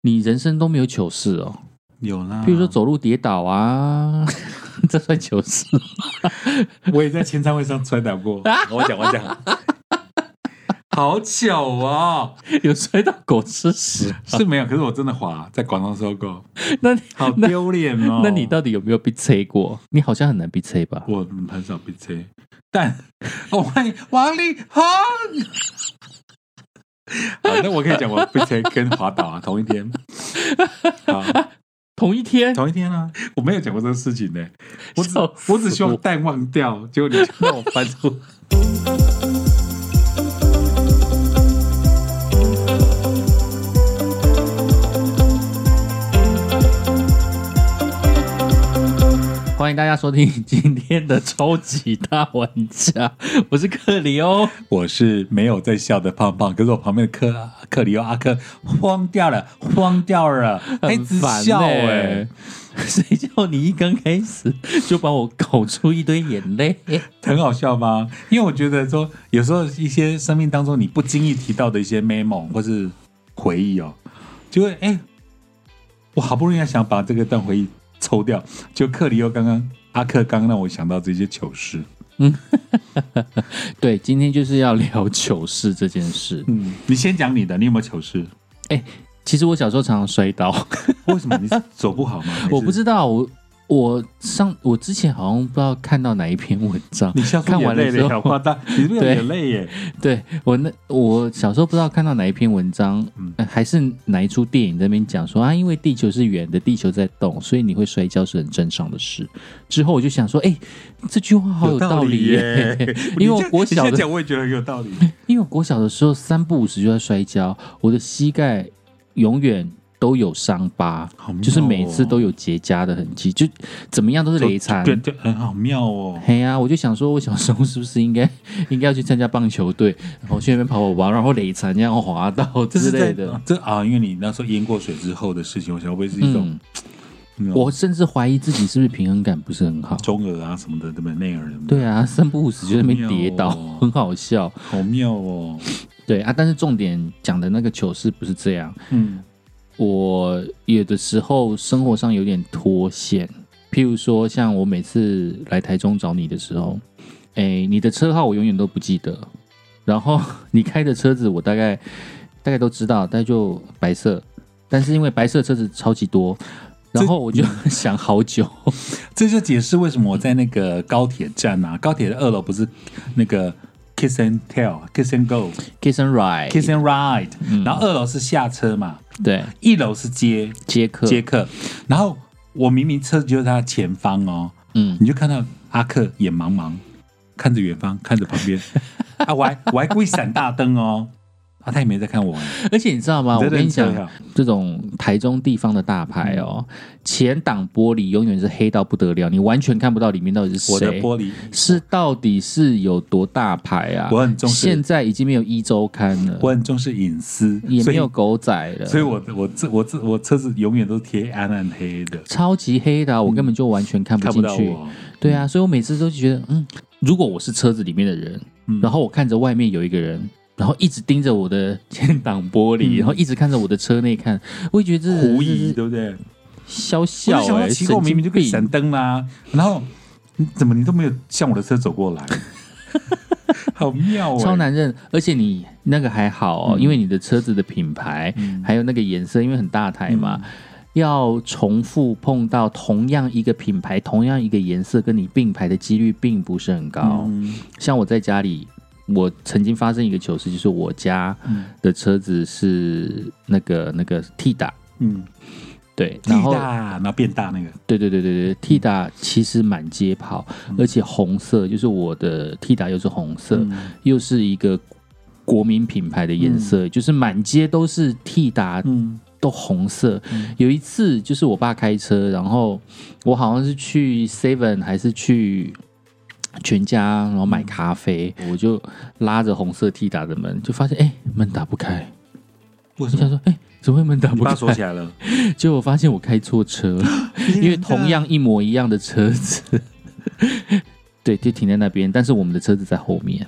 你人生都没有糗事哦，有啦。譬如说，走路跌倒啊， 这算糗事。我也在签唱会上摔倒过。我讲，我讲，好巧 啊、 有摔到狗吃屎，是没有，可是我真的滑，在广东收 购，那你好丢脸哦。那 你到底有没有被催过？你好像很难被催吧？我很少被催，但 哦，欢迎王力 宏。好，那我可以讲我被催跟滑倒啊，同一天。好，同一天，同一天啊，我没有讲过这个事情呢、我只笑死我只希望我淡忘掉，结果你就让我翻出。欢迎大家收听今天的超级大玩家，我是克里哦。我是没有在笑的胖胖，可是我旁边的克克里奥阿克慌掉了，慌掉了，还一很直烦笑哎、欸谁叫你一刚开始就把我搞出一堆眼泪？很好笑吗？因为我觉得说，有时候一些生命当中你不经意提到的一些 memo 或是回忆哦，就会哎、我好不容易想把这个段回忆抽掉，就克里奥刚刚阿克刚刚让我想到这些糗事。 对，今天就是要聊糗事这件事。嗯，你先讲你的，你有没有糗事？其实我小时候常常摔倒，为什么你是走不好吗？还是我不，知道我。我上我之前好像不知道看到哪一篇文章，你笑出看眼完了泪之了，后好夸张，你是不是有对眼泪耶？ 对我那我小时候不知道看到哪一篇文章，嗯呃还是哪一出电影在那边讲说啊，因为地球是圆的，地球在动，所以你会摔跤是很正常的事。之后我就想说，哎、这句话好道理耶， 因为 我国小你这样的，讲我也觉得很有道理。 因为我国小的时候三不五时就在摔跤，我的膝盖永远都有伤疤，好妙哦就是每次都有结痂的痕迹，就怎么样都是累残。啊对对，很好妙哦。嘿呀、我就想说，我小时候是 不是应该应该要去参加棒球队，然后去那边跑跑跑，然后垒残这样滑 到之这是在类的。这啊，因为你那时候淹过水之后的事情，我想会不会是一种嗯，那种我甚至怀疑自己是不是平衡感不是 很好。中耳啊什么的，对不对？内耳什么的，对啊，三不五时就在那边跌倒，好妙 哦很好笑。好妙哦。对啊，但是重点讲的那个糗事不是这样。嗯，我有的时候生活上有点脱线，譬如说像我每次来台中找你的时候，哎，你的车号我永远都不记得，然后你开的车子我大概大概都知道，但就白色，但是因为白色车子超级多，然后我就想好久，这就解释为什么我在那个高铁站嗯啊，高铁的二楼不是那个 kiss and tell，kiss and go，kiss kiss and ride， and ride，、然后二楼是下车嘛，对，一楼是接接客，接客，然后我明明车就在他前方哦，嗯，你就看到阿克眼茫茫，看着远方，看着旁 边，啊，我还我还故意闪大灯哦，啊，他也没在看我，而且你知道吗？我真的跟很哦你巧讲，这种台中地方的大牌哦，嗯前挡玻璃永远是黑到不得了，你完全看不到里面到底是我的谁。玻璃，是到底是有多大牌啊？我很重视现在已经没有一周刊了，我很重视隐私，也所没以有呃狗仔了，所以我我这我这我车子永远都贴暗暗黑的，超级黑的啊、我根本就完全看不嗯看不进到去。我。对啊，所以我每次都觉得，嗯，如果我是车子里面的人，嗯然后我看着外面有一个人，然后一直盯着我的前挡玻璃，嗯然后一直看着我的车内看，我会觉得这人狐疑是对不对？消我呃笑就想哎、到欸，奇怪，神我明明就经可以病闪灯啦，然后你怎么你都没有向我的车走 过来，好妙哦！超难认，而且你那个还好哦，因为你的车子的品牌、还有那个颜色，因为很大台嘛，要重复碰到同样一个品牌、同样一个颜色跟你并排的几率并不是很高。嗯像我在家里，我曾经发生一个糗事，就是我家的车子是那个那个 T 打。嗯，对，地然后大，然后变大那个，对对对对对，T 打其实满街跑，而且红色就是我的 T 打又是红色，嗯又是一个国民品牌的颜色，就是满街都是 T 达嗯都红色。嗯有一次就是我爸开车，然后我好像是去 Seven 还是去。全家，然后买咖啡，嗯我就拉着红色 T 打的门，就发现哎、门打不开。为我什想么？说，哎、怎么会门打你不把开它？锁起来了， 结果我发现我开错车了。因为同样一模一样的车子，对，就停在那边，但是我们的车子在后面，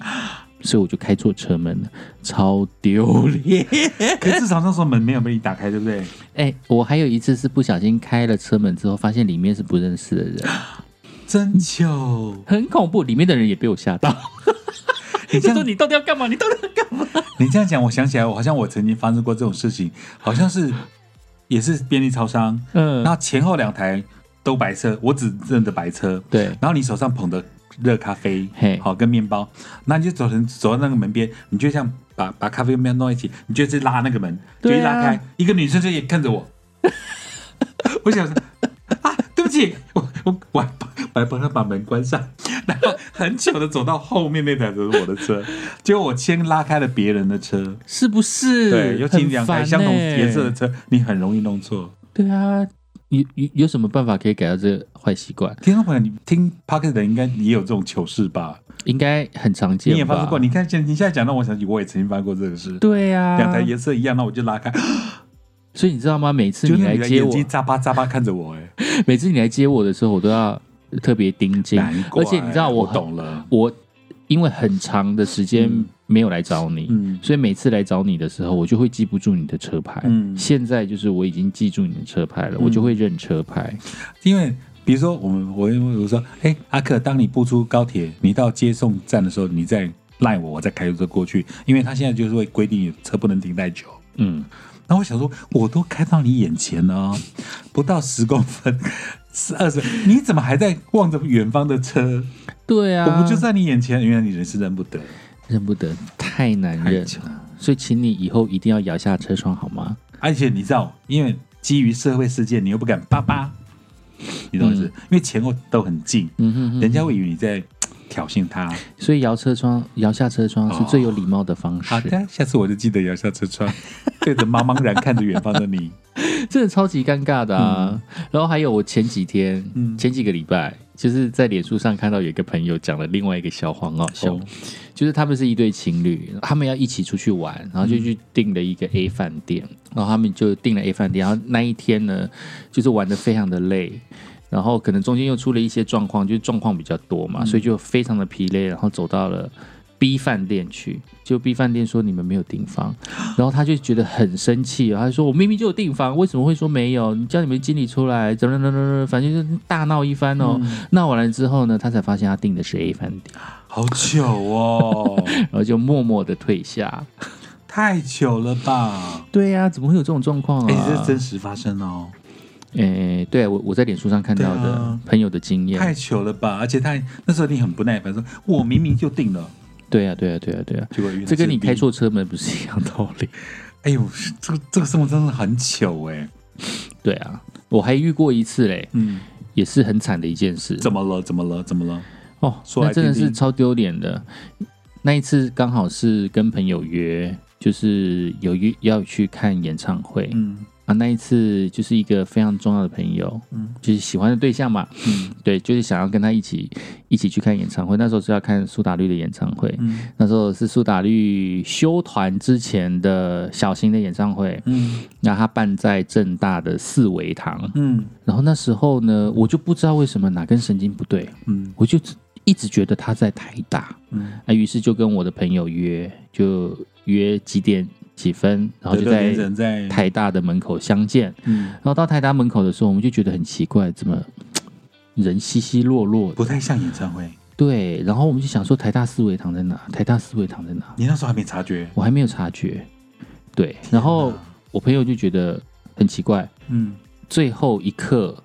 所以我就开错车门了，超丢 脸。 可至少那时候门没有被你打开，对 不对？哎、我还有一次是不小心开了车门之后，发现里面是不认识的人，真糗！很恐怖。里面的人也被我吓到， 你这就样说你到底要干嘛？你到底要干嘛？你这样讲，我想起来，我好像我曾经发生过这种事情，好像是也是便利超商，嗯然，后前后两台都白车，我只认得白车， 对，然后你手上捧的热咖啡嘿，好跟面包，那你就走成走到那个门边，你就这样把把咖啡跟面包弄一起，你就去拉那个门，就对啊一拉开，一个女生就也看着我， 我想说啊，对不起，我我我还帮我还帮她把门关上，然后很久的走到后面那台车是我的车，结果我先拉开了别人的车，是不是？对，尤其很两台烦相同欸颜色的车，你很容易弄错。对啊，有有有什么办法可以改掉这个坏习惯？听众朋友，你听 p o c k e t 的应该也有这种糗事吧？应该很常见吧。你也发生过，你看现你现在讲让我想起，我也曾经发生过这个事。对啊，两台颜色一样，那我就拉开，所以你知道吗？每次就你那来女的接眼我，睛眨巴眨巴看着我，哎，每次你来接我的时候，我都要特别盯紧。难怪。而且你知道我我很懂了，我因为很长的时间嗯没有来找你，嗯所以每次来找你的时候，我就会记不住你的车牌。嗯，现在就是我已经记住你的车牌了，嗯我就会认车牌。因为比如说我们，我我我说，哎，阿克，当你步出高铁，你到接送站的时候，你再赖我，我再开车过去，因为他现在就是会规定车不能停太久。嗯，然后我想说，我都开到你眼前了、哦，不到十公分，是二十，你怎么还在望着远方的车？对啊，我不就在你眼前，原来你人是认不得，认不得，太难太认巧了。所以，请你以后一定要摇下车窗好吗？而且你知道，因为基于社会事件，你又不敢叭叭，你懂我意思？因为前后都很近，嗯哼哼人家会以为你在嘖挑衅他。所以摇车窗、摇下车窗是最有礼貌的方式。好的，下次我就记得摇下车窗， 对着茫茫然看着远方的你。真的超级尴尬的啊！然后还有我前几天、嗯前几个礼拜，就是在脸书上看到有一个朋友讲了另外一个笑话，很好笑。哦就是他们是一对情侣，他们要一起出去玩，然后就去订了一个 A 饭店，然后他们就订了 A 饭店，然后那一天呢，就是玩的非常的累。然后可能中间又出了一些状况，就是状况比较多嘛，所以就非常的疲累，然后走到了 B 饭店去。就 B 饭店说你们没有订房，然后他就觉得很生气哦，他就说我明明就有订房，为什么会说没有？你叫你们经理出来，怎么怎么怎么，反正就是大闹一番哦。闹完了之后呢，他才发现他订的是 A 饭店，好 糗哦，然后就默默的退下。太糗了吧？对呀、怎么会有这种状况啊？哎、这真实发生哦，诶对、我我在脸书上看到对的啊朋友的经验，太糗了吧！而且他那时候你很不耐烦，说我明明就定了，对呀、啊对呀、对呀、对呀、结果原来这跟是你 B 开错车门不是一样道理？哎呦，这个这个生活真的很糗哎、对啊，我还遇过一次嘞，嗯，也是很惨的一件事。怎么了？怎么了？怎么了？哦，说来那真的听听是超丢脸的。那一次刚好是跟朋友约，就是有约要去看演唱会、嗯啊。那一次就是一个非常重要的朋友，嗯就是喜欢的对象嘛，嗯对，就是想要跟他一起一起去看演唱会。那时候是要看苏打绿的演唱会，嗯那时候是苏打绿休团之前的小型的演唱会，嗯那他办在正大的四维堂。嗯然后那时候呢，我就不知道为什么哪根神经不对，嗯我就一直觉得他在台大，嗯，那于是就跟我的朋友约，就约几点几分，然后就对对在人在台大的门口相见。嗯，然后到台大门口的时候，我们就觉得很奇怪，怎么人稀稀落落的？不太像演唱会。对，然后我们就想说台大四维堂在哪？台大四维堂在哪？你那时候还没察觉，我还没有察觉。对，然后我朋友就觉得很奇怪，嗯最后一刻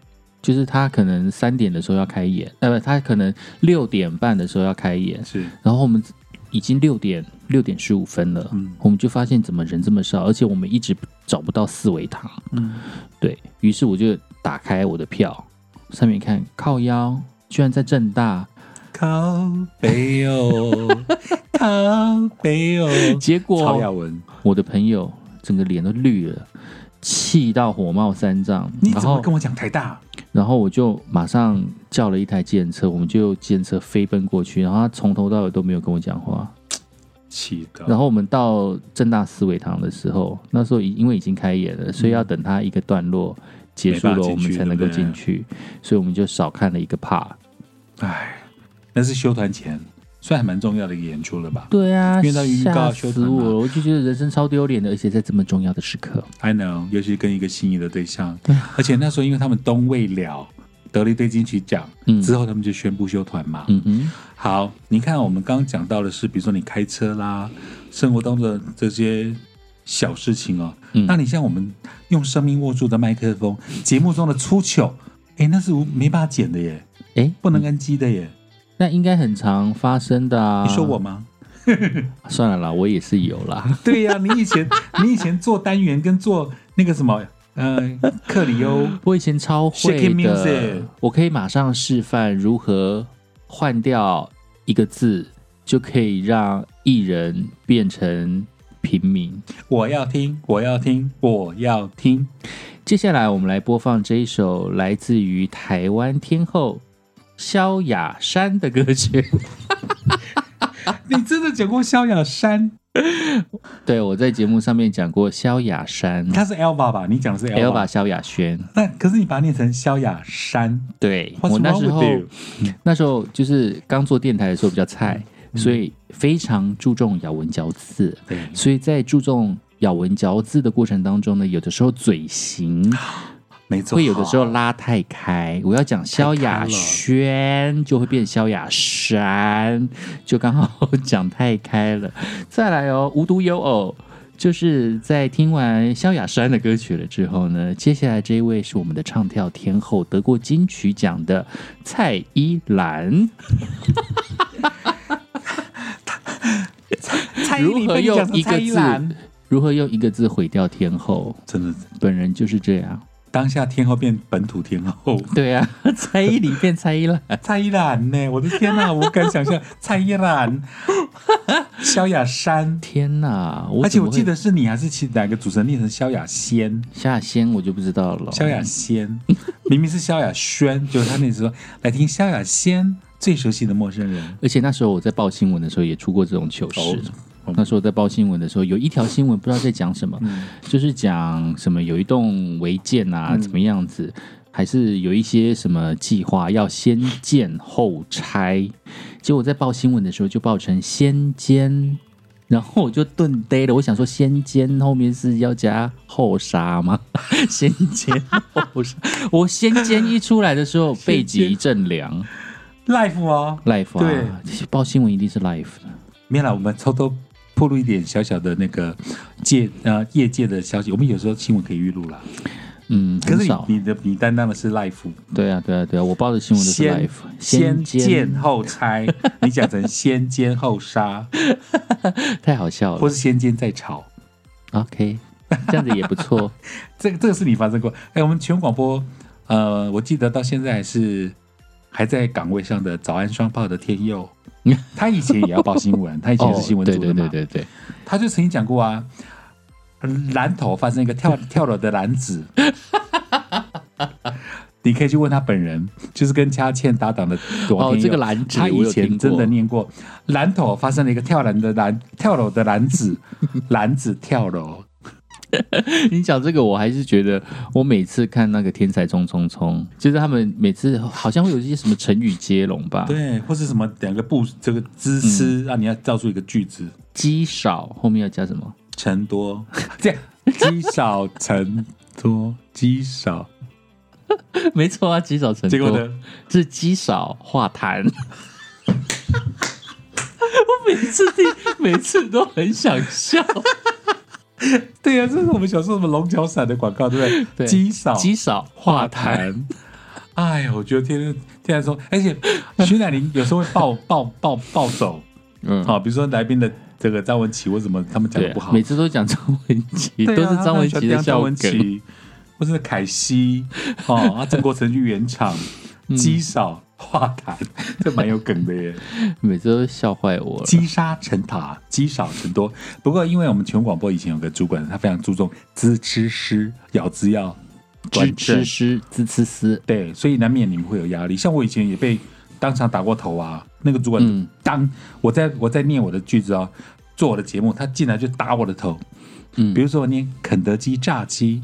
就是他可能三点的时候要开演，呃，不，他可能六点半的时候要开演，是然后我们已经六点六点十五分了，嗯我们就发现怎么人这么少，而且我们一直找不到四维堂。嗯对于是，我就打开我的票，上面看靠腰，居然在正大，靠 北哦，靠北哦，结曹雅果文，我的朋友整个脸都绿了。气到火冒三丈，你然怎么后跟我讲台大？然后我就马上叫了一台计程车，我们就计程车飞奔过去，然后他从头到尾都没有跟我讲话。气的，然后我们到正大思维堂的时候，那时候已因为已经开演了，所以要等他一个段落结束了，嗯没办法我进去们才能够对不对进去，所以我们就少看了一个 part。哎，那是休团前，算还蛮重要的一个演出了吧对啊，因为那预告吓修死图我嘛了，我就觉得人生超丢脸的，而且在这么重要的时刻， ？I know，尤其跟一个心仪的对象，对而且那时候因为他们东未了得了一堆金曲奖，嗯之后他们就宣布休团嘛。嗯哼，好，你看我们刚刚讲到的是，比如说你开车啦，生活当中的这些小事情哦。嗯那你像我们用生命握住的麦克风，节目中的出糗，哎，那是无没办法剪的耶，哎，不能跟机的耶。那应该很常发生的啊。你说我吗？算了啦，我也是有啦。 对呀、你以前 你以前做单元跟做那个什么，呃，克里 欧，我以前超会 Shaking 的 music，我可以马上示范如何换掉一个字，就可以让艺人变成平民。我要听，我要听，我要听。接下来我们来播放这一首来自于台湾天后萧亚山的歌曲。 你真的讲过萧亚山？对，我在节目上面讲过萧亚山他是 Elva 吧？你讲的是 l Elva？把萧亚轩。那可是你把它念成萧亚山。对 What's 我那 wrong 时 with 候 you？那时候就是刚做电台的时候比较菜，嗯所以非常注重咬文嚼字。对所以在注重咬文嚼字的过程当中呢，有的时候嘴型没错，会有的时候拉太开。我要讲萧亚轩，就会变萧亚山，就刚好讲太开了。再来哦，无独有偶。就是在听完萧亚山的歌曲了之后呢，接下来这一位是我们的唱跳天后，得过金曲奖的蔡依兰。蔡如何用一个依兰字，如何用一个字毁掉天后？真的本人就是这样。当下天后变本土天后， 对啊，蔡依林变蔡依兰，蔡依兰呢？我的天哪、我不敢想象蔡依 兰、萧亚山，天哪！我而且怎么我会记得是你还是其哪个主持人念成萧亚仙？下仙我就不知道了。萧亚仙明明是萧亚轩，就是他那时候来听萧亚仙最熟悉的陌生人。而且那时候我在报新闻的时候也出过这种糗事。哦那时候我在报新闻的时候，有一条新闻不知道在讲什么，就是讲什么有一栋违建啊，怎么样子，还是有一些什么计划要先建后拆。结果在报新闻的时候就报成先奸，然后我就顿呆了。我想说先奸后面是要加后杀吗？ 先奸后杀， 我先奸一出来的时候背脊一阵凉。 Life 哦， life 啊，报新闻一定是 life 的。没有啦，我们偷偷透露一点小小的那个界呃业界的消息，我们有时候新闻可以预录啦。嗯，可很是少。你你的你担当的是 life，对啊，对啊，对啊，我报的新闻都是 life，先见奸，后拆，你讲成先奸 后杀，太好笑或了。是先奸再炒， OK，这样子也不错。这个这个是你发生过。哎，我们全广播，呃，我记得到现在还是还在岗位上的早安双炮的天佑， 他以前也要报新闻， 他以前哦是新闻对组对的对嘛，对对，他就曾经讲过啊，篮头发生一 个跳跳楼的男子。你可以去问他本人，就是跟佳倩搭档的王哦，天这佑个蓝纸他我以有前听真过的。念过，蓝头发生了一个跳篮的篮 跳楼的篮子， 篮子跳楼。 你讲这个，我还是觉得我每次看那个《天才冲冲冲》，就是他们每次好像会有一些什么成语接龙吧，对，或是什么两个步这个姿势，啊让、你要造出一个句子，积少后面要加什么？ 成多 这样，积少成多，积少。没错啊，积少成多。结果呢？是积少化 痰。我每次听，每次都很想 笑。哦对呀、这是我们小时候什么龙角散的广告，对不对对？积少积少化痰，谈。 哎呀，我觉得天天天天说，而 且徐乃麟有时候会暴暴暴暴走，嗯，好、比如说来宾的这个张文琪或什么，他们讲对的啊，不好，每次都讲张文琪， 对都是啊张文琪的张笑文梗。琪，或是凯 西哦，啊，郑国成去原厂，嗯积少化痰， 这蛮有梗的耶。每次都笑坏我了。积沙成塔，积少成多。不过，因为我们全广播以前有个主管，他非常注重字吃诗，咬字要知端吃正，诗，滋吃丝。对，所以难免你们会有压力。像我以前也被当场打过头啊，那个主管嗯当、我在我在念我的句子啊，做我的节目，他进来就打我的头。嗯比如说我念肯德基炸鸡，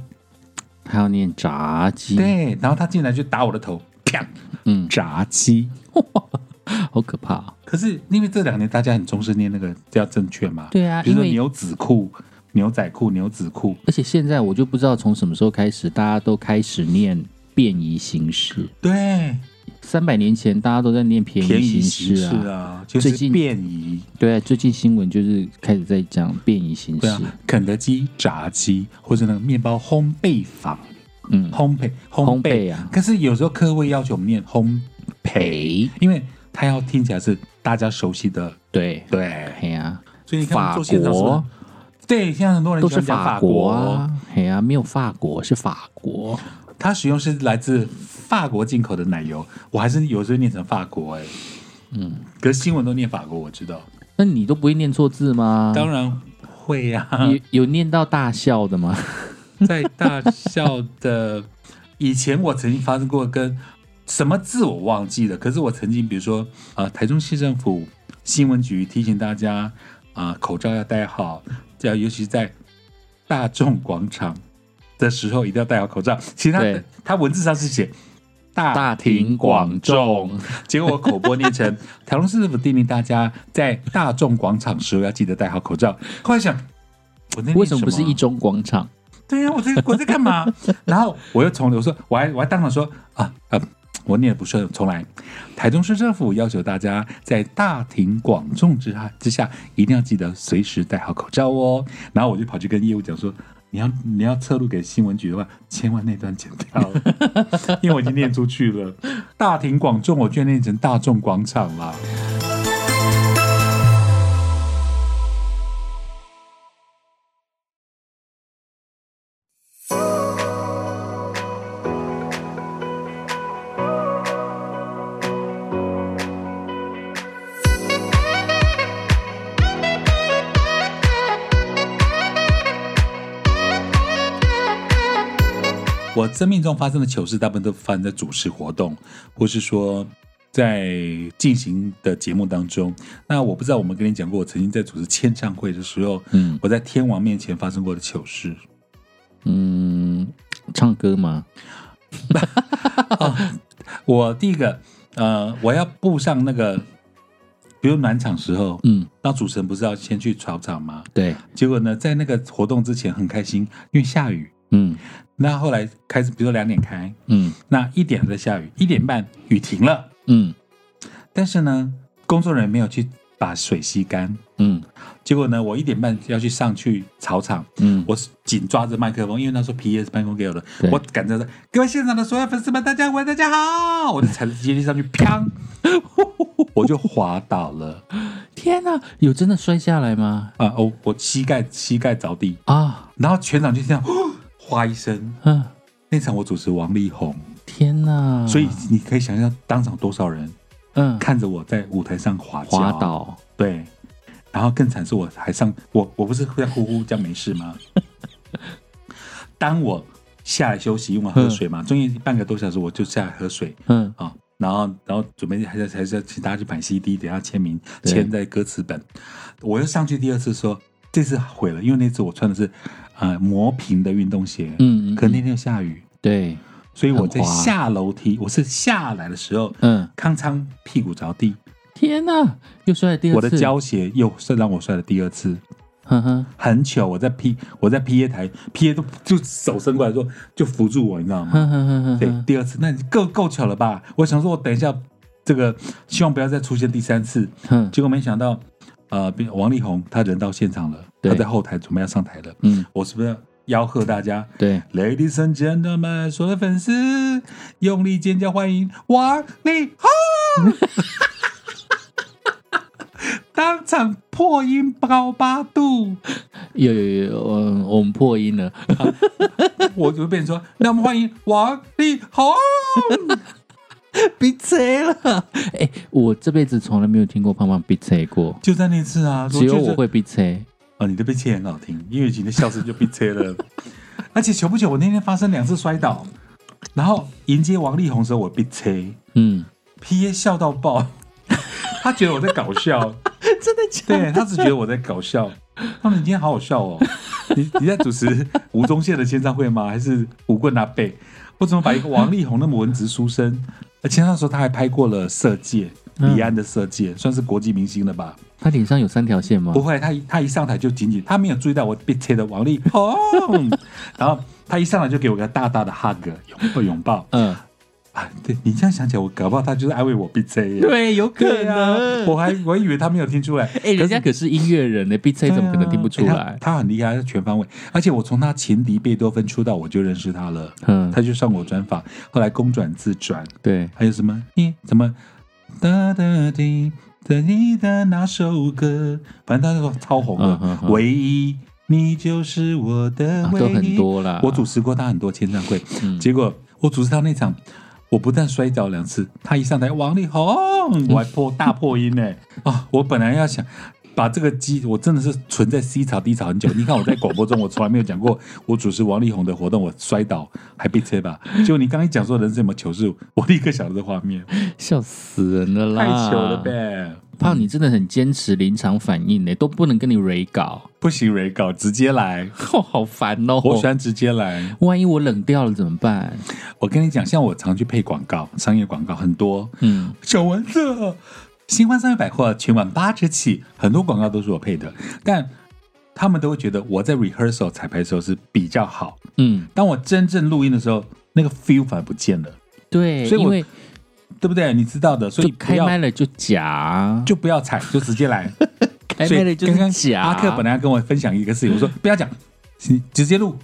还要念炸鸡，对，然后他进来就打我的头，啪，嗯，炸鸡。好可怕啊。可是因为这两年大家很重视念那个叫证券嘛，对啊，比因如说为牛仔裤、牛仔裤、牛仔裤，而且现在我就不知道从什么时候开始，大家都开始念便宜形式。对，三百年前大家都在念便便宜宜形形式式啊，啊，就最是近便宜。对啊，最近新闻就是开始在讲便宜形式对，啊，肯德基炸鸡或者那个面包烘焙坊、嗯，烘焙、烘烘焙。焙啊，可是有时候客户会要求我们念烘焙，赔，因为他要听起来是大家熟悉的，对，对。嘿啊，所以你看我们法做现场是不是国，对，现在很多人都喜是欢讲法国国啊，嘿啊，没有法国是法国，它使用是来自法国进口的奶油，我还是有时候念成法国哎、嗯，可是新闻都念法国，我知道，那你都不会念错字吗？当然会呀、 有有念到大笑的吗？在大笑的。以前我曾经发生过跟什么字我忘记了，可是我曾经比如说呃，台中市政府新闻局提醒大家啊、口罩要戴好，要尤其在大众广场的时候一定要戴好口罩。其实对它它文字上是写大庭广众，结果我口播念成台中市政府叮咛大家在大众广场时候要记得戴好口罩。后来想，我那为什么不么啊是一中广场？对呀、我在我在干嘛？ 然后我又重，我说我还我还当场说啊啊，我念的不顺，重来。台中市政府要求大家在大庭广众之下之下，一定要记得随时戴好口罩哦。然后我就跑去跟业务讲说。你要你要侧录给新闻局的话，千万那段剪掉， 因为我已经念出去了。大庭广众，我居然念成大众广场啦。我生命中发生的糗事，大部分都发生在主持活动，或是说在进行的节目当中。那我不知道，我们跟你讲过，我曾经在主持签唱会的时候，嗯呃我在天王面前发生过的糗事。嗯，唱歌吗？我第一个，呃，我要步上那个，比如暖场时候，嗯，那主持人不是要先去草场吗？对，结果呢，在那个活动之前很开心，因为下雨。嗯那后来开始，比如说两点开，嗯那一点还在下雨，一点半雨停了。嗯但是呢，工作人员没有去把水吸干。嗯结果呢，我一点半要去上去草场，嗯，我紧抓着麦克风，因为那时候 P S 麦克风给我的，对我赶着说：“各位现场的所有粉丝们，大家晚大家好！”我就踩着阶梯上去， 砰，我就滑倒了天哪，有真的摔下来吗？啊！哦，我膝盖膝盖着地，啊，然后全场就这样 呼哗一声。嗯，那场我主持王力宏，天哪，所以你可以想象当场多少人嗯，看着我在舞台上滑跤滑倒，对，然后更惨是我还上我我不是在呼呼叫没事吗？ 当我下来休息，因为我喝水嘛，中间半个多小时我就下来喝水嗯啊、然后然后准备还是还是要请大家去买 CD，等一下签名对签在歌词本。我又上去第二次说，这次毁了，因为那次我穿的是呃磨平的运动鞋，嗯嗯，可那天又下雨，对，所以我在很滑下楼梯，我是下来的时候，嗯，康昌屁股着地，天哪，又摔了第二次，我的，胶鞋又是让我摔了第二次。哼哼，很糗，我在 P 我在 P A 台，P A 都就手伸过来说就扶住我，你知道吗？哼哼哼哼对，哼，第二次那你够够巧了吧？我想说，我等一下这个希望不要再出现第三次。哼，结果没想到，呃，比王力宏他人到现场了，对他在后台准备要上台了，嗯，我是不是要吆喝大家对， ，Ladies and gentlemen，所有的粉丝用力尖叫欢迎王力宏， 当场破音高八度。有有有，嗯，我们破音了， 我就变成说，那我们欢迎王力宏。闭嘴了， 哎，我这辈子从来没有听过胖胖闭嘴过，就在那次啊，只有就是我会闭嘴，哦，你的被切很好听，因为你的笑声就被切 了。而且久不久，我那天发生两次摔倒，然后迎接王力宏的时候，我被切 嗯， ，P A 笑到爆，他觉得我在搞笑，真的假 对他只觉得我在搞笑。他们今天好好笑哦，你你在主持吴宗宪的签唱会吗？还是吴棍阿贝？我怎么把一个王力宏那么文质书生，而且那时候他还拍过了《色戒》，嗯李安的《色戒》算是国际明星了吧？他脸上有三条线吗不？会，他一他一上台就紧紧，他没有注意到我被贴的王力宏， 然后他一上来就给我个大大的 hug 拥抱拥抱嗯，啊！对你这样想起来，我搞不好他就是安慰我 B J 耶。对，有可对啊，我能。还我还以为他没有听出来，哎，人家可是音乐人呢，B 欸 C 对啊怎么可能听不出哎来？他他很厉害，他全方位，而且我从他情敌贝多芬出道我就认识他了，嗯，他就上我专访，后来公转自转，对，啊还有什么？你怎么哒哒滴哒滴的那首歌？反正他那时候超红的，嗯嗯嗯唯一你就是我的啊唯一，都很多啦。哎我主持过他很多签唱会，嗯结果我主持他那场，我不但摔倒两次，他一上台，王力宏，我还破大破音呢、嗯啊，我本来要想。把这个机，我真的是存在 C 槽 D 槽很久。你看我在广播中，我从来没有讲过我主持王力宏的活动，我摔倒还被 车吧。结果你刚一讲说人生有没有糗事，我立刻想到这画面，笑死人了啦！太糗了！呗！胖，你真的很坚持临场反应呢，欸都不能跟你 re 搞，不行，蕊稿直接来， 哦好烦哦！我喜欢直接来。万一我冷掉了怎么办？我跟你讲，像我常去配广告，商业广告很多，嗯，小丸子，新欢三月百货全晚八折起，很多广告都是我配的，但他们都会觉得我在 rehearsal 彩排的时候是比较好，嗯，当我真正录音的时候，那个 feel 反而不见了，对，所以因我为对不对？你知道的，所以就不开要麦了就假，就不要踩，就直接来。 开所麦以了就刚是刚假。阿克本来要跟我分享一个事情，我说不要讲，你直 接录，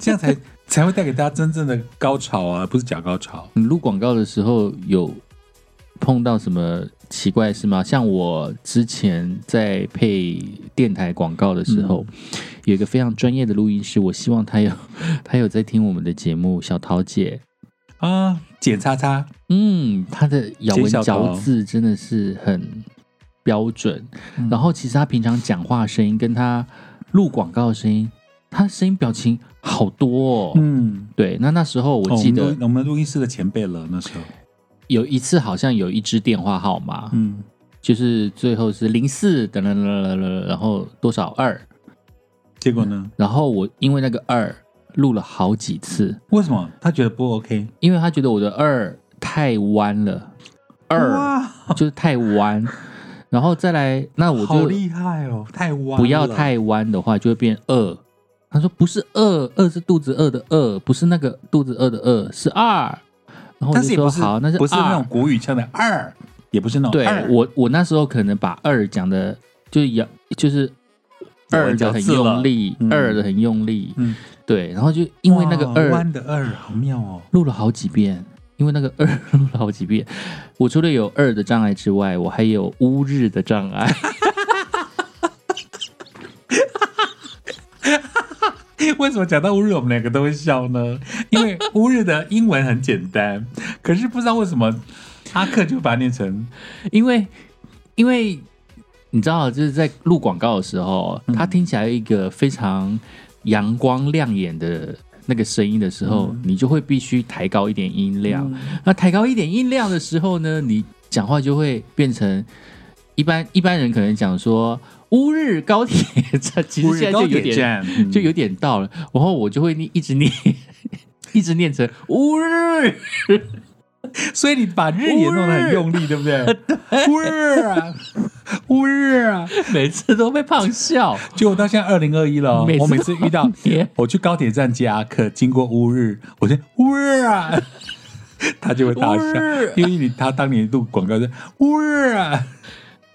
这样才才会带给大家真正的高潮啊，不是假高潮。你录广告的时候有碰到什么奇怪的事吗？像我之前在配电台广告的时候，嗯有一个非常专业的录音师，我希望他有 他有在听我们的节目，小桃姐。啊，剪叉叉，嗯，他的咬文嚼字真的是很标准。嗯然后其实他平常讲话的声音跟他录广告的声音，他声音表情好多哦。嗯，对，那那时候我哦记我得们录我们录音室的前辈了，那时候，有一次好像有一支电话号码，嗯，就是最后是零四等等等等等等，然后多少二，结果呢？然后我因为那个二录了好几次，为什么他觉得不 OK？因为他觉得我的二太弯了，二哇，就是太弯，然后再来那我好就厉害哦，太弯了，不要太弯的话就会变二。他说不是二，二是肚子饿的饿，不是那个肚子饿的饿，是二。然后我但就是也说不是好，那不是那二种。古语腔的二，也不是那种对哦二我，我那时候可能把二讲的，就是咬，就是咬文二的嚼很字了用力，嗯二的很用力，嗯，对，然后就因为那个哇二弯的二，好妙哦， 录了好几遍，因为那个二 录了好几遍，我除了有二的障碍之外，我还有乌日的障碍， 为什么讲到乌日，我们两个都会笑呢？因为乌日的英文很简单，可是不知道为什么阿克就把它念成因为因为你知道，就是在录广告的时候，嗯它听起来一个非常阳光亮眼的。那个声音的时候，嗯你就会必须抬高一点音量，那抬高一点音量的时候呢，你讲话就会变成一般一般人可能讲说乌日高铁站，其乌实日现在高就有铁点站，嗯就有点到了，然后我就会念一直念。 一直念成乌日，所以你把日也弄得很用力，对 不对？乌日啊， 乌日啊，每次都被胖笑。结果到现在二零二一了哦、每次我每次遇到别我去高铁站接阿克，经过乌日，我就乌日啊，他就会大乌笑日，因为你他当年录广告是乌日啊，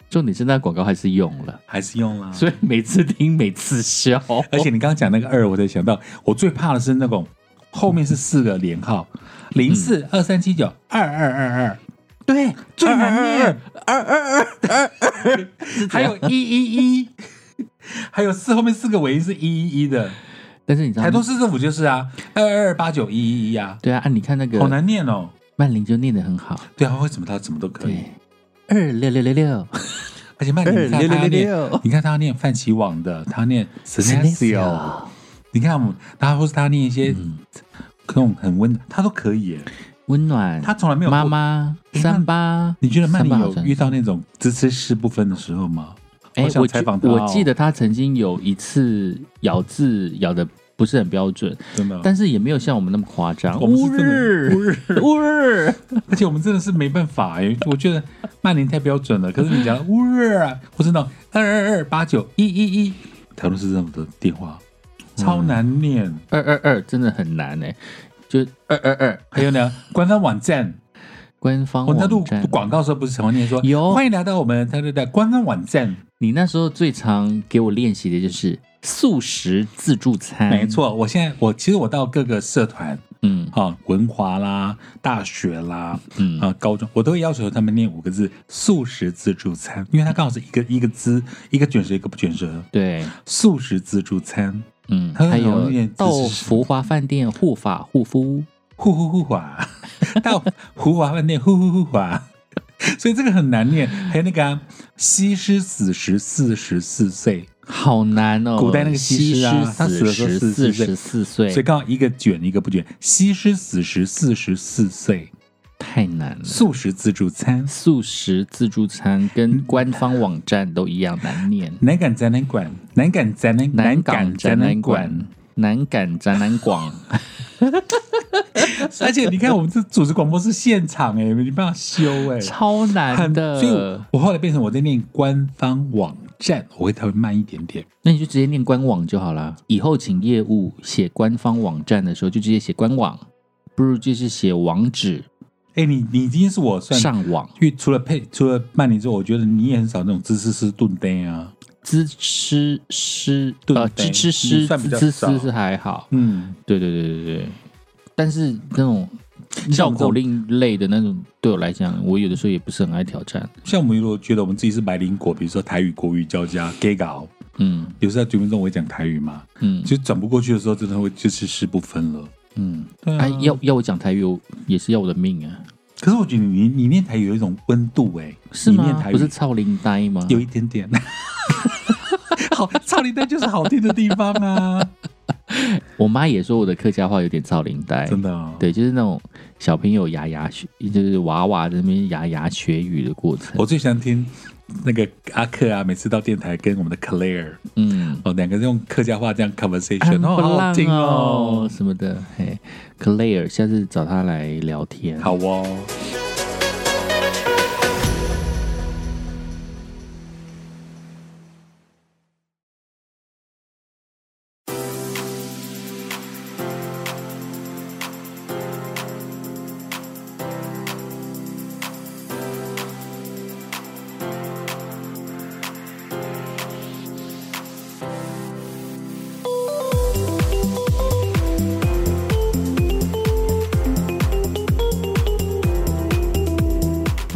重点是那广告还是用了，还是用啦。所以每次听每次笑。而且你刚刚讲那个二，我才想到，我最怕的是那种后面是四个连号，零四二三七九二二二二，对，最难念二二二二二，还有一一一，还有四后面四个尾音是一一一的。但是你知道台中市政府就是啊，二二二八九一一一啊，对啊，啊你看那好个难念哦。曼玲就念得很好，对啊，为什么他怎么都可以？对，二六六六六。而且曼 宁，你看他念2666，你看他念范奇网的，他念 s e n a c i o 你看我们，他或是他念一些嗯那种很温，他都可以耶。温暖，他从来没有妈。妈诶三八，你觉得曼三宁八有好像遇到那种支持师不分的时候吗？哎我，想我采记访他哦我记得他曾经有一次咬字咬的不是很标准，真的。但是也没有像我们那么夸张。我们是乌日真的乌日，乌日，而且我们真的是没办法哎、我觉得曼宁太标准了。可是你讲呜日啊，或是那种二二二八九一一一，台中市政府的电话超难念。二二二真的很难哎、就二二二还有呢，官方网站，官方我在录网站广告的时候不是常会念说有欢迎来到我们他的官方网站。你那时候最常给我练习的就是素食自助餐，没，错，我现在我其实我到各个社团嗯啊，文华啦、大学啦、嗯，啊高中，我都会要求他们念五个字“素食自助餐”，因为它刚好是一个一个字，一个卷舌一个不卷舌。对，素食自助餐，嗯，它还很容有易练豆自食腐花饭店护法护肤，呼呼呼华， 到胡华饭店呼呼呼华， 所以这个很难念。还有那个、啊、西施死时四十四岁，好难哦。古代那个西施啊他死死的时候时四十44岁四岁所以，刚好一个卷一个不卷。西施死时四十四岁，太难了。素食自助餐，素食自助餐跟官方网站都一样难念，南港展览馆，南港展览，南港港展展览览馆馆。，南港展览 馆，而且你看，我们这主持广播是现场哎、没办法修哎、超难很的。所以我，我后来变成我在念官方网站，我会稍微慢一点点。那你就直接念官网就好啦。以后请业务写官方网站的时候，就直接写官网，不如就是写网址哎、你你已经是我算上网。因为除了配除了曼宁之后，我觉得你也很少那种知识是顿呆啊。滋吃诗对呃，对滋吃你诗算比较滋少吃是还好，嗯，对对对对对。但是那种像绕我们这种口令类的那种，对我来讲，我有的时候也不是很爱挑战。像我们如果觉得我们自己是白灵果，比如说台语、国语交加、gay 搞，嗯有时候在节目中我会讲台语嘛，嗯就转不过去的时候，真的会就是事不分了。嗯，对啊哎、要要我讲台语，我也是要我的命啊，可是我觉得你你念台语有一种温度哎、是你念吗？台语不是超龄呆吗？有一点点。 好，操你蛋就是好听的地方啊！我妈也说我的客家话有点超龄呆， 真的、哦，对，就是那种小朋友牙牙学，就是娃娃在那边牙牙学语的过程。我最喜欢听那个阿克啊，每次到电台跟我们的 Claire 嗯，哦，两个人用客家话这样 conversation，很哦，好好听哦。什么的。嘿，Claire，下次找她来聊天。，好哦。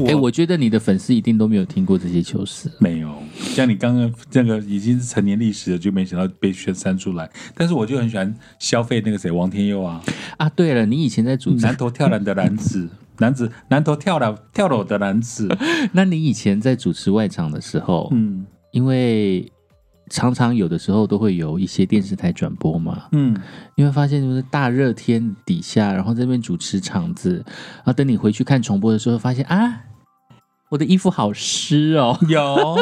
哎、我觉得你的粉丝一定都没有听过这些糗事。没有，像你刚刚这个已经是成年历史了，就没想到被宣删出来。但是我就很喜欢消费那个谁，王天佑啊，啊，对了，你以前在主持，南头跳篮的男子， 男子南头跳楼跳楼的 男子，那你以前在主持外场的时候，嗯因为常常有的时候都会有一些电视台转播嘛，嗯，你会发现就是大热天底下，然后在那边主持场子，然后等你回去看重播的时候，发现啊，我的衣服好湿哦，有，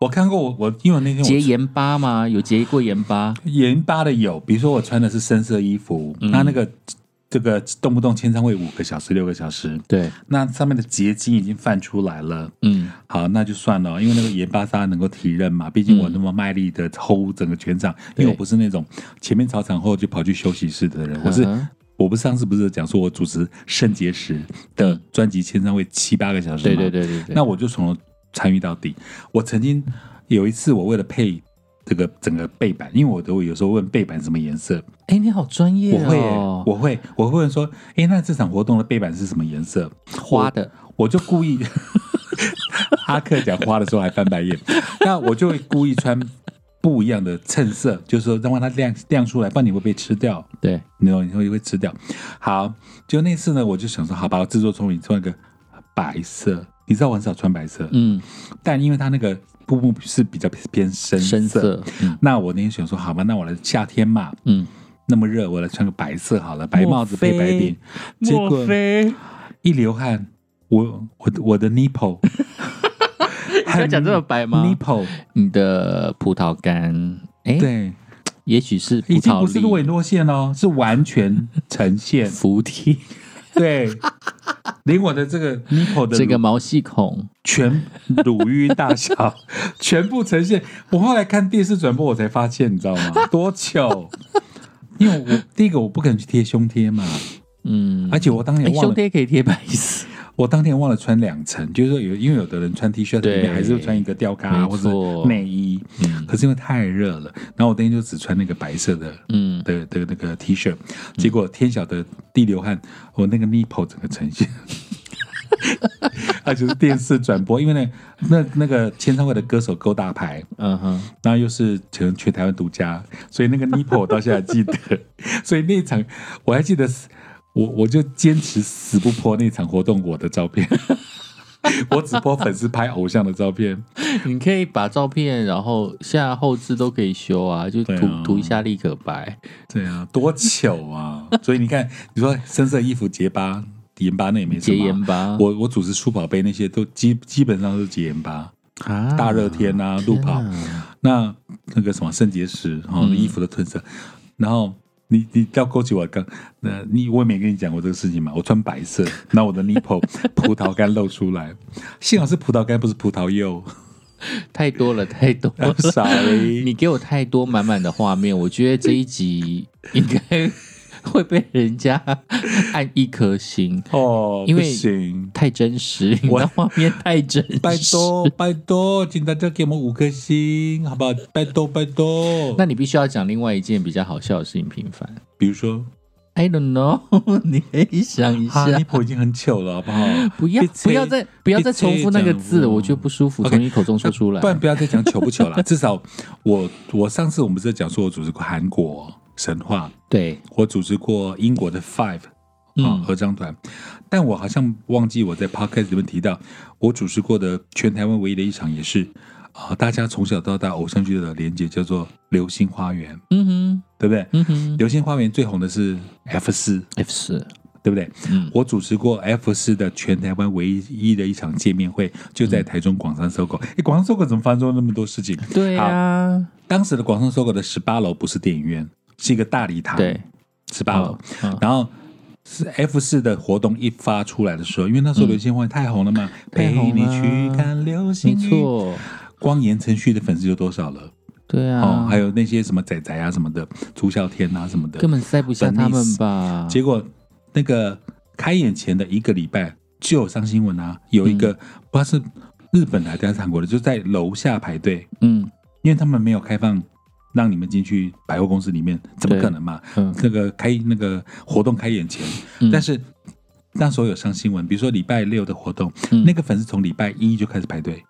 我看过我我因为我那天结我盐巴吗？有结过盐 巴？盐巴的有，比如说我穿的是深色衣服，嗯那那个这个动不动签唱会五个小时六个小时，对，那上面的结晶已经泛出来了。嗯好，那就算了，因为那个盐巴沙能够提认嘛，毕竟我那么卖力的 hold 整个全场，嗯因对为我不是那种前面操场后就跑去休息室的人，我是嗯哼我不是上次不是讲说我主持肾结石的专辑签唱会七八个小时嗯对嘛，对对对对。那我就从头参与到底。我曾经有一次，我为了配这个整个背板，因为我都有时候问背板什么颜色，哎，你好专业我会、哦，我会我会问说，哎，那这场活动的背板是什么颜色？花的，我就故意， 阿克讲花的时候还翻白眼，那我就会故意穿不一样的衬色，就是说让它亮亮出来，不然你会被吃掉，对，你懂？你会会吃掉。好，就那次呢，我就想说，好吧，我自作聪明穿一个白色，你知道我很少穿白色，嗯，但因为它那个布幕是比较偏深深色，色，嗯那我那天想说，好吧，那我来夏天嘛，嗯，那么热，我来穿个白色好了，白帽子配白顶，结果莫非一流汗，我我的我的 nipple 你要讲这么白吗？ nipple 你的葡萄干，哎，对，也许是葡已经萄不是粒、落隐落现哦，是完全呈 现。服 体，对，连我的这个 Nico 的这个毛细孔，全乳晕 大小全部呈现。我后来看电视转播，我才发现，你知 道吗？多糗！因为我第一个我不可能去贴胸贴嘛，嗯，而且我当哎年忘胸了，贴可以贴白色， 我当天忘了穿两层，就是说有因为有的人穿 T 恤里对面还是会穿一个吊嘎没或错者内衣，嗯可是因为太热了，然后我当天就只穿那个白色的嗯，的的那个 T 恤，结果天晓得地流汗，我那个 nipple 整个呈现。 啊，就是电视转播，因为那那那个签唱会的歌手够大牌，嗯哼，然后又是可能全台湾独家，所以那个 nipple 我到现在还记得，所以那一场我还记得死，我我就坚持死不泼那场活动我的照片， 我只泼粉丝拍偶像的照片，你可以把照片，然后现在后置都可以修啊，就涂、对啊涂一下立可白，对啊，多糗啊！所以你看，你说深色衣服结疤、盐巴那也没什洁么啊，颜吧。我我组织书跑杯那些都基基本上都是戒盐巴，啊大热天啊，路跑天那那个什么肾结石，然后嗯衣服的褪色，然后你你要勾起我刚，那你我也没跟你讲过这个事情嘛，我穿白 色，然后我的 nipple 葡萄干露出来，幸好是葡萄干不是葡萄柚太多了，太多 了。 ，I'm，sorry，你给我太多满满的画面，我觉得这一集应该会被人家按一颗星，哦，因为不行。太真实，你我的画面太真实。拜托，拜托，请大家给我们五颗星，好不好？拜托，拜托。那你必须要讲另外一件比较好笑的事情平凡。比如说， I don't know，你 可以想一哈下尼。婆已经很糗了，好不好？不要别不要这再不要再重复那个别字，这样我觉得不舒服。嗯 OK，从你口中说出来不，然不要再讲糗 不糗啦。至少我我上次我们是讲说我组织过韩国神话，对，我组织过英国的 Five 啊、嗯合唱团，但我好像忘记我在 podcast 里面提到，我主持过的全台湾唯一的一场也是啊、大家从小到大偶像剧的连接叫做《流星花园》，嗯哼，对不对？嗯哼流星花园》最红的是 F 四， ，F 四，对不对？嗯我主持过 F 四的全台湾唯一的一场见面会，就嗯在台中广山搜狗。哎，广山搜狗怎么发生那么多事情？对啊，当时的广山搜狗的十八楼不是电影院，是一个大礼堂，对，十八楼。嗯嗯然后是 F 四的活动一发出来的时候，因为那时候流星花园太红了嘛，嗯太陪红了你去看流星没雨，错，光言承旭的粉丝有多少了？对哦啊，，还有那些什么仔仔啊什么的，朱孝天啊什么的，根本塞不下他们吧？结果那个开演前的一个礼拜就有上新闻啊，有一个、嗯不知道是日本的还是韩国的，就在楼下排队，嗯因为他们没有开放让你们进去百货公司里面，怎么对可能嘛？嗯那个开那个活动开演前，嗯但是那时候有上新闻，比如说礼拜六的活动，嗯那个粉丝从礼拜一就开始排队，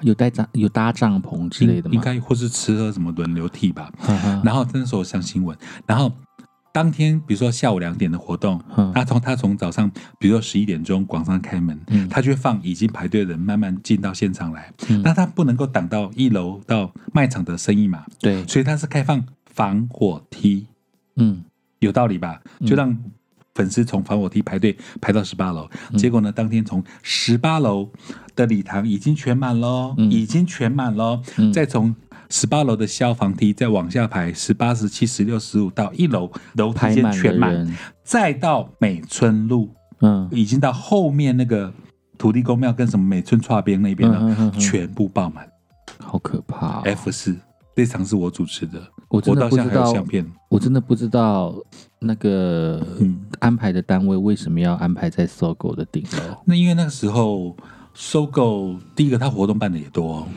有搭帐有搭帐篷之类的应吗？啊该或是吃喝什么轮流替吧。哈哈然后那时候有上新闻，然后当天比如说下午两点的活动，嗯他从他从早上，比如说十一点钟广场开门，嗯他就会放已经排队的人慢慢进到现场来，嗯那他不能够挡到一楼到卖场的生意嘛，对，所以他是开放防火梯，嗯有道理吧？嗯就让粉丝从防火梯排队排到十八楼，嗯结果呢，当天从十八楼的礼堂已经全满喽，嗯已经全满喽，嗯再从。十八楼的消防梯再往下排，十八、十七、十六、十五到一楼楼梯排间满的全满，人，再到美村路，嗯已经到后面那个土地公庙跟什么美村岔边那边了，嗯嗯嗯嗯全部爆满。好可怕哦！ F 四这场是我主持的，我真我的到不现在知还有道相，片。我真的不知道那个嗯安排的单位为什么要安排在搜狗的顶楼。那因为那个时候搜狗，第一个它活动办的也多，哦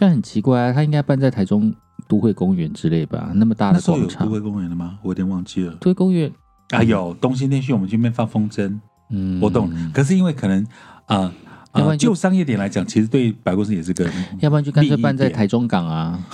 但很奇怪啊，他应该办在台中都会公园之类吧？那么大那的时候有广都场，会公园的吗？我有点忘记了。都会公园，啊，有东兴电讯，我们去那边放风筝嗯，活动，可是因为可能啊。要不呃，然就就商业点来讲，其实对百货公司也是个，要不然就干脆办在利益点台中港啊。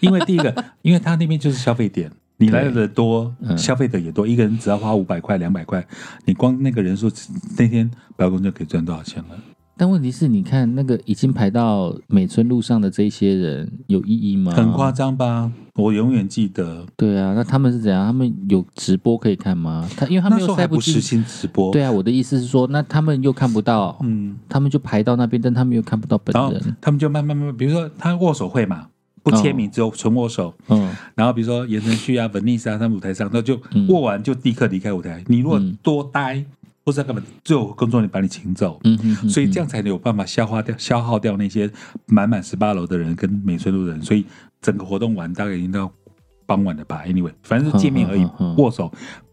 因为第一 个，因为他那边就是消费点，你来的多，嗯消费者也多，一个人只要花五百块、两百块，你光那个人数，那天百货公司就可以赚多少钱了？但问题是，你看那个已经排到美村路上的这些人，有意义吗？很夸张吧？我永远记得对啊，那他们是怎样？他们有直播可以看吗？他因为他那们时又候还塞不实进。行直播，对啊，我的意思是说，那他们又看不到，嗯，他们就排到那边，但他们又看不到本然后人。他们就慢慢慢慢，比如说他握手会嘛，不签名，只有纯握手。嗯然后比如说言承旭啊、文丽莎他们舞台上，那就嗯握完就立刻离开舞台。你如果嗯多待或者干嘛，最后工作人员把你请走。嗯哼哼，所以这样才能有办法消化掉、消耗掉那些满满十八楼的人跟美村路的人。所以整个活动完大概已经到傍晚了吧？Anyway，反正是见面而已嗯嗯嗯嗯，握手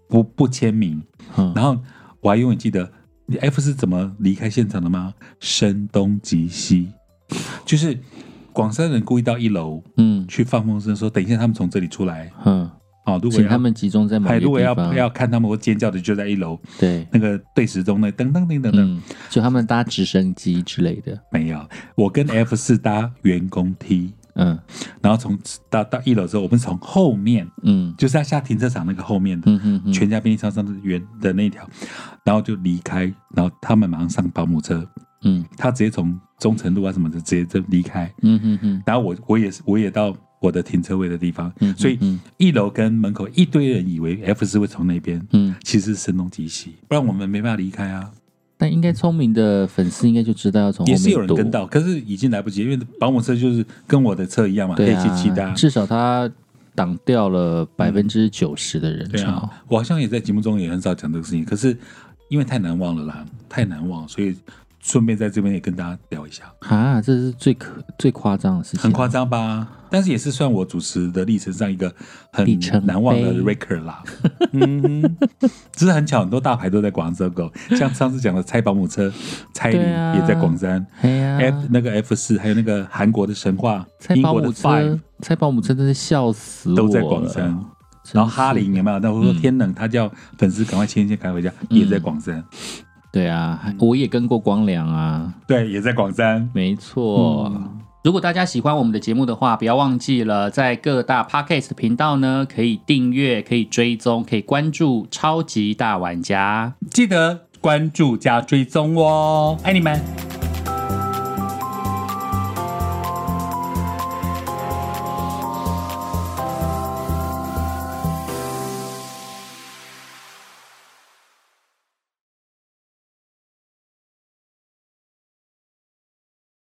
不不签名。嗯，然后我还永远记得你 F 是怎么离开现场的吗？声东击西，就是广山人故意到一楼嗯去放风声，说等一下他们从这里出来。嗯，好，如果请要他们集中在某还一如果个地要方，要看他们或尖叫的，就在一楼对，那个对时钟那噔噔噔噔噔。嗯，就他们搭直升机之类的，没有，我跟 F 四搭员工梯，嗯然后从搭到一楼之后，我们从后面，嗯就是要下停车场那个后面的、嗯哼哼，全家便利商商的原的那条，然后就离开，然后他们马上上保姆车，嗯他直接从中城路啊什么的直接就离开，嗯哼哼，然后我我也是我也到我的停车位的地方，嗯所以嗯一楼跟门口一堆人以为 F 四会从那边，嗯，其实是声东击西，不然我们没办法离开啊。但应该聪明的粉丝应该就知道要从后也面是有人躲跟到，可是已经来不及，因为保姆车就是跟我的车一样嘛，对黑漆漆的啊，啊。至少他挡掉了百分之九十的人嗯对潮。啊，我好像也在节目中也很少讲这个事情，可是因为太难忘了嗯啦，太难忘，所以顺便在这边也跟大家聊一下，啊，这是最可最夸张的事情，很夸张吧？但是也是算我主持的历程上一个很里程碑难忘的 record 啦。嗯，只是很巧，很多大牌都在广州狗，像上次讲的拆保姆车，蔡依林对啊也在广山。哎呀， F 那个 F 四，还有那个韩国的神话，猜英保国姆的 Five 车，猜保姆车真是笑死我了。都在广山，真是然后哈林有没有？那我说天冷，他叫粉丝赶快签一签，赶快回家，也在广山，对啊，我也跟过光良啊，对，也在广山。没错。如果大家喜欢我们的节目的话，不要忘记了在各大 podcast 频道呢，可以订阅、可以追踪、可以关注超级大玩家。记得关注加追踪哦，爱你们，